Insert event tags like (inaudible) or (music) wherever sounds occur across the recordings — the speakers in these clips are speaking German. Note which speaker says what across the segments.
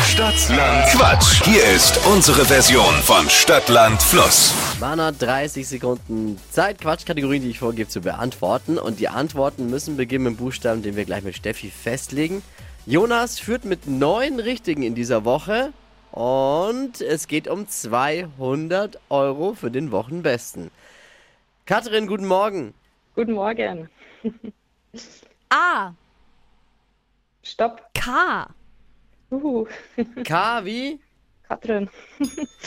Speaker 1: Stadtland Quatsch. Hier ist unsere Version von Stadtland Fluss.
Speaker 2: Mana, 30 Sekunden Zeit, Quatschkategorien, die ich vorgebe, zu beantworten. Und die Antworten müssen beginnen mit dem Buchstaben, den wir gleich mit Steffi festlegen. Jonas führt mit neun Richtigen in dieser Woche. Und es geht um 200 Euro für den Wochenbesten. Katrin, guten Morgen.
Speaker 3: Guten Morgen.
Speaker 4: A.
Speaker 3: Stopp.
Speaker 4: K.
Speaker 3: Uhu.
Speaker 2: K wie?
Speaker 3: Katrin.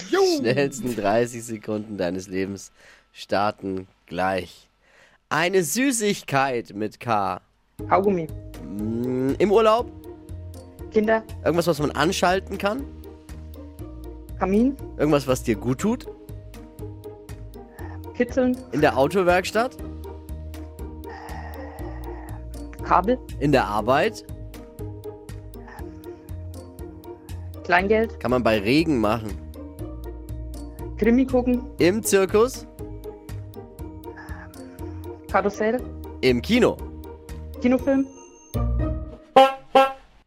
Speaker 2: Schnellsten 30 Sekunden deines Lebens starten gleich. Eine Süßigkeit mit K.
Speaker 3: Kaugummi.
Speaker 2: Mm, Im Urlaub?
Speaker 3: Kinder.
Speaker 2: Irgendwas, was man anschalten kann?
Speaker 3: Kamin.
Speaker 2: Irgendwas, was dir gut tut?
Speaker 3: Kitzeln.
Speaker 2: In der Autowerkstatt?
Speaker 3: Kabel.
Speaker 2: In der Arbeit?
Speaker 3: Kleingeld.
Speaker 2: Kann man bei Regen machen?
Speaker 3: Krimi gucken.
Speaker 2: Im Zirkus?
Speaker 3: Karussell.
Speaker 2: Im Kino?
Speaker 3: Kinofilm.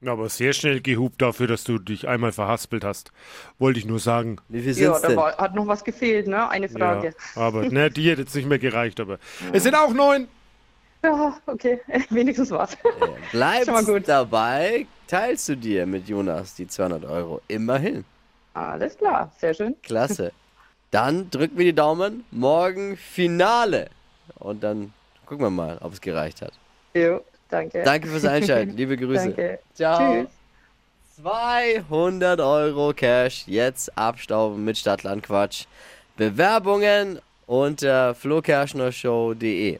Speaker 5: Na, Aber sehr schnell gehupt dafür, dass du dich einmal verhaspelt hast. Wollte ich nur sagen.
Speaker 2: Wie viel
Speaker 3: Ja,
Speaker 2: sind's
Speaker 3: da
Speaker 2: denn?
Speaker 3: war, hat noch was gefehlt, ne? Eine Frage.
Speaker 5: Ja, aber ne, die hätte jetzt nicht mehr gereicht, aber es sind auch neun.
Speaker 3: Ja, okay. (laughs) Wenigstens was.
Speaker 2: Bleibst
Speaker 3: Schon mal gut.
Speaker 2: dabei, teilst du dir mit Jonas die 200 Euro. Immerhin.
Speaker 3: Alles klar. Sehr schön. (laughs)
Speaker 2: Klasse. Dann drücken wir die Daumen. Morgen Finale. Und dann gucken wir mal, ob es gereicht hat.
Speaker 3: Jo, danke.
Speaker 2: Danke fürs
Speaker 3: (laughs)
Speaker 2: Einschalten. Liebe Grüße.
Speaker 3: Danke.
Speaker 2: Ciao.
Speaker 3: Tschüss.
Speaker 2: 200 Euro Cash. Jetzt abstauben mit Stadtlandquatsch. Bewerbungen unter flokerschnershow.de.